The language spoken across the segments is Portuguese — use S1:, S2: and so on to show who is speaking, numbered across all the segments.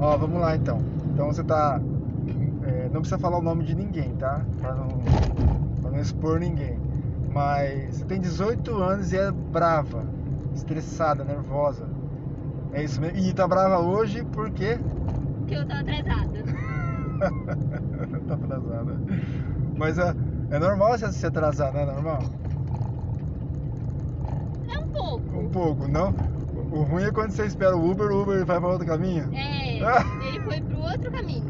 S1: Ó, vamos lá então. Então você tá. é, não precisa falar o nome de ninguém, tá? Pra não, pra não expor ninguém. Mas você tem 18 anos e é brava, estressada, nervosa. É isso mesmo. E tá brava hoje porque.
S2: Porque eu tô atrasada.
S1: tá atrasada. Mas é, é normal você se atrasar, não é normal?
S2: É um pouco.
S1: Um pouco, não? O o ruim é quando você espera o Uber, o Uber vai para outro caminho.
S2: É,
S1: Ah.
S2: ele foi pro outro caminho.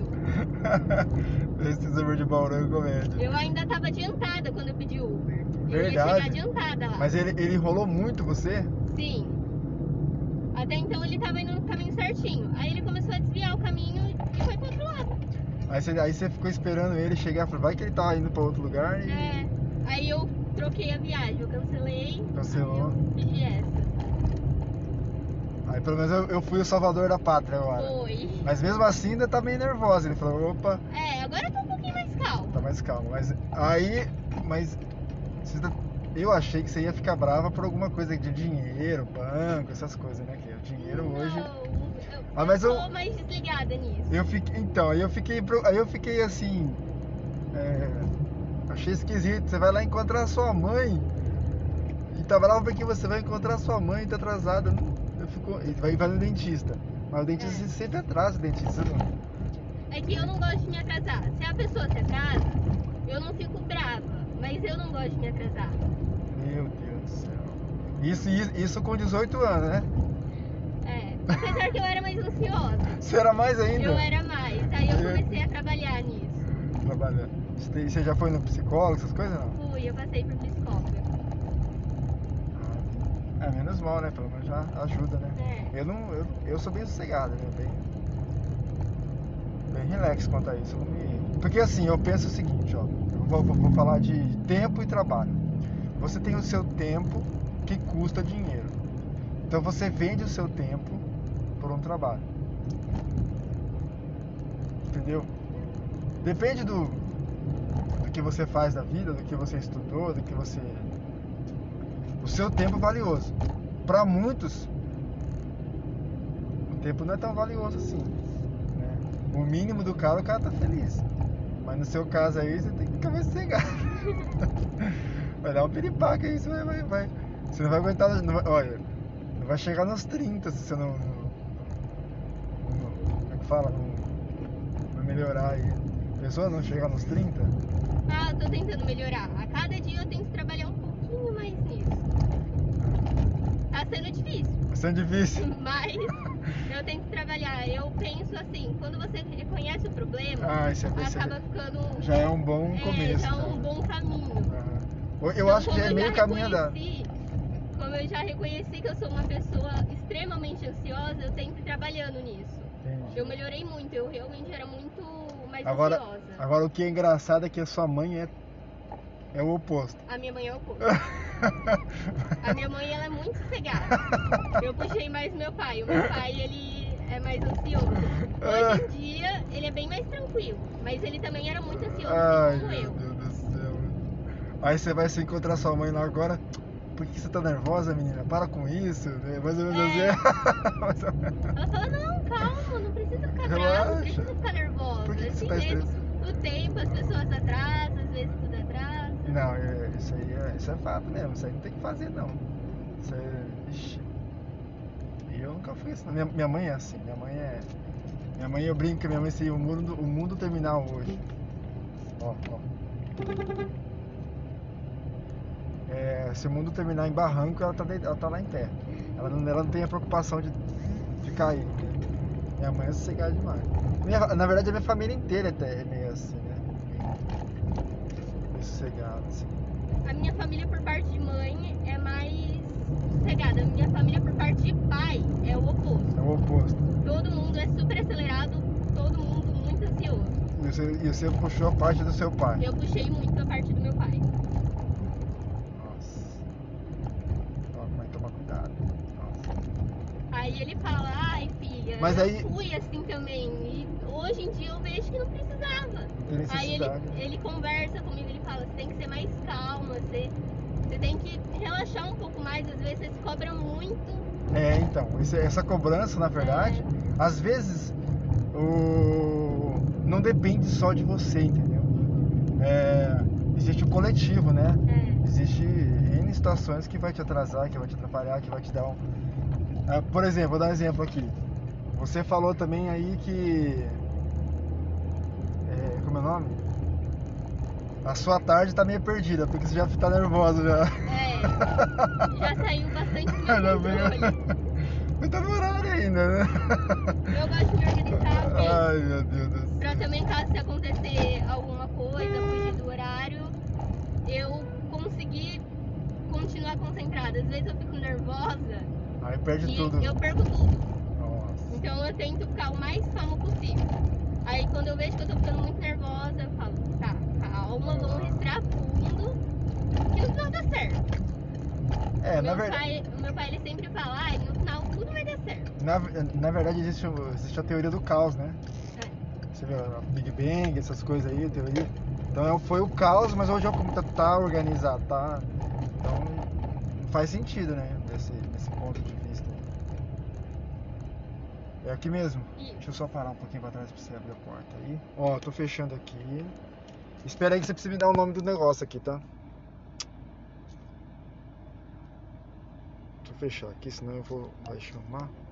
S1: Esse Uber de Bauru é comédia.
S2: Eu ainda tava adiantada quando eu pedi o Uber. Eu ia
S1: Verdade.
S2: chegar adiantada lá.
S1: Mas ele, ele enrolou muito você?
S2: Sim. Até então ele tava indo no caminho certinho. Aí ele começou a desviar o caminho e foi pro outro lado.
S1: Aí você, aí você ficou esperando ele chegar, falou, vai que ele tá indo pra outro lugar e
S2: É. Aí eu troquei a viagem, eu cancelei.
S1: cancelou.
S2: Eu pedi essa.
S1: Aí pelo menos eu, eu fui o salvador da pátria agora.
S2: Foi.
S1: Mas mesmo assim ainda tá meio nervosa. Ele falou, opa,
S2: É, agora eu tô um pouquinho mais calma.
S1: tá mais calmo. Mas aí, mas você tá- eu achei que você ia ficar brava por alguma coisa de dinheiro, banco, essas coisas, né? Que o dinheiro hoje.
S2: Não, eu,
S1: Ah, mas
S2: eu
S1: eu-
S2: tô mais desligada nisso.
S1: Eu fiquei, então, aí eu fiquei, pro- aí eu fiquei assim, é, achei esquisito. Você vai lá encontrar a sua mãe e tá bravo porque você vai encontrar a sua mãe e tá atrasada. Eu não- Eu fico, e vai, vai no dentista, mas o dentista
S2: É.
S1: sempre atrasa o dentista. né? Não.
S2: É que eu não gosto de me atrasar. Se a pessoa se atrasa, eu não fico brava. Mas eu não gosto de me atrasar.
S1: Meu Deus do céu. Isso, isso, isso com 18 anos, né?
S2: É. Apesar que eu era mais ansiosa.
S1: Você era mais ainda?
S2: Eu era mais. Aí eu
S1: Eu-
S2: comecei a trabalhar nisso.
S1: Trabalhando. Você tem- Você já foi no psicólogo, essas coisas não?
S2: Fui, eu passei por psicóloga.
S1: É menos mal, né? Pelo menos já ajuda, né?
S2: É.
S1: Eu não. Eu, eu sou bem sossegado, né? Bem, bem relax quanto a isso. eu não me- Porque assim, eu penso o seguinte, ó. Eu vou, vou- vou falar de tempo e trabalho. Você tem o seu tempo que custa dinheiro. Então você vende o seu tempo por um trabalho. Entendeu? Depende do, do que você faz da vida, do que você estudou, do que você. O seu tempo é valioso. Para muitos, o tempo não é tão valioso assim. né? O mínimo do cara, o cara tá feliz. Mas no seu caso aí, você tem que ficar mais sossegado. vai dar um piripaque aí, você vai, vai, vai- Você não vai aguentar. Não vai- olha, não vai chegar nos 30 se você não. não- não- como é que fala? Não, não melhorar aí. Pessoa não chegar nos 30?
S2: Ah, eu tô tentando melhorar. A cada dia eu tento trabalhar um pouquinho mais nisso. Tá sendo difícil,
S1: Vai ser É difícil.
S2: mas eu tento trabalhar. Eu penso assim, quando você reconhece o problema,
S1: Ah, isso é isso
S2: acaba
S1: é-
S2: ficando.
S1: Já é um bom
S2: é,
S1: começo.
S2: já é um
S1: né?
S2: bom caminho.
S1: Aham. Eu- Eu
S2: Então,
S1: acho que
S2: como
S1: é
S2: eu
S1: meio
S2: já
S1: caminho andado.
S2: reconheci- Como eu já reconheci que eu sou uma pessoa extremamente ansiosa, eu sempre trabalhando nisso.
S1: Entendi.
S2: Eu melhorei muito, eu realmente era muito mais
S1: Agora-
S2: ansiosa.
S1: Agora o que é engraçado é que a sua mãe é, é o oposto.
S2: A minha mãe é o oposto. A minha mãe ela é muito sossegada. Eu puxei mais meu pai. O meu pai, ele é mais ansioso.
S1: Ah.
S2: Hoje em dia, ele é bem mais tranquilo. Mas ele também era muito ansioso,
S1: Ai,
S2: assim como
S1: meu Deus
S2: eu.
S1: do céu. Aí você vai se encontrar sua mãe lá agora. Por que você tá nervosa, menina? Para com isso. né? Mais ou menos
S2: É.
S1: assim. Mais ou menos.
S2: Ela fala, não, calma, não precisa ficar bravo,
S1: Relaxa.
S2: não precisa ficar nervosa.
S1: Por que que você
S2: assim
S1: tá
S2: mesmo, o tempo, as pessoas atrasam, às vezes tudo atrasa.
S1: Não, é- isso aí é, isso é fato mesmo. Isso aí não tem que fazer, não. Isso é. Ixi. E eu nunca fui assim. não. Minha, minha mãe é assim. Minha mãe é. Minha mãe, eu brinco que minha mãe seria o mundo, o mundo terminar hoje. Ó, ó. É, se o mundo terminar em barranco, ela tá, deit- ela tá lá em pé. Ela não, ela não tem a preocupação de, de cair. né? Minha mãe é sossegada demais. Minha- na verdade, a minha família inteira até é meio assim, né? Meio sossegada, assim.
S2: A minha família por parte de mãe é mais sossegada. A minha família por parte de pai é o oposto.
S1: É o oposto.
S2: Todo mundo é super acelerado, todo mundo muito ansioso.
S1: E você, e você puxou a parte do seu pai.
S2: Eu puxei muito a parte do meu pai.
S1: Nossa. Ó, mas toma cuidado. Nossa.
S2: Aí ele fala, ai filha,
S1: Mas
S2: eu
S1: aí-
S2: fui assim também. E hoje em dia eu vejo que não precisava.
S1: Não tem
S2: Aí ele,
S1: necessidade.
S2: ele conversa comigo, ele fala, você tem que ser mais calma, você, você tem que relaxar um pouco mais, às vezes você se cobra muito. É.
S1: É, então, esse- essa cobrança, na verdade, às vezes o... não depende só de você, entendeu? É, existe o coletivo, né?
S2: É.
S1: Existe N situações que vai te atrasar, que vai te atrapalhar, que vai te dar um. Ah, por exemplo, vou dar um exemplo aqui. Você falou também aí que. É, como é o nome? A sua tarde tá meio perdida, porque você já tá nervosa já.
S2: É, já saiu bastante do meu
S1: Já
S2: controle.
S1: Mas tá no horário ainda, né?
S2: Eu gosto de me organizar bem.
S1: Ai, meu Deus do céu.
S2: Pra também, caso se acontecer alguma coisa, fugir do horário, eu conseguir continuar concentrada. Às vezes eu fico nervosa
S1: Aí perde
S2: e
S1: tudo.
S2: eu perco tudo.
S1: Nossa.
S2: Então eu tento ficar o mais calmo possível. Aí quando eu vejo que eu tô ficando muito nervosa, eu falo, tá, calma, vamos respirar fundo, que no final dá certo.
S1: É, na
S2: meu,
S1: verdade.
S2: pai, meu pai ele sempre fala, ai, no final tudo vai dar certo.
S1: Na, na verdade existe, o- existe a teoria do caos, né? Você vê a Big Bang, essas coisas aí, a teoria. Então é- foi o caos, mas hoje é como tá, tá organizado, tá? Então faz sentido, né? Desse, desse ponto de vista. É aqui mesmo?
S2: Isso.
S1: Deixa eu só parar um pouquinho pra trás pra você abrir a porta aí. Ó, tô fechando aqui. Espera aí que você precisa me dar o nome do negócio aqui, tá? Deixa eu fechar aqui, senão eu vou. Vai chamar. 嗯哦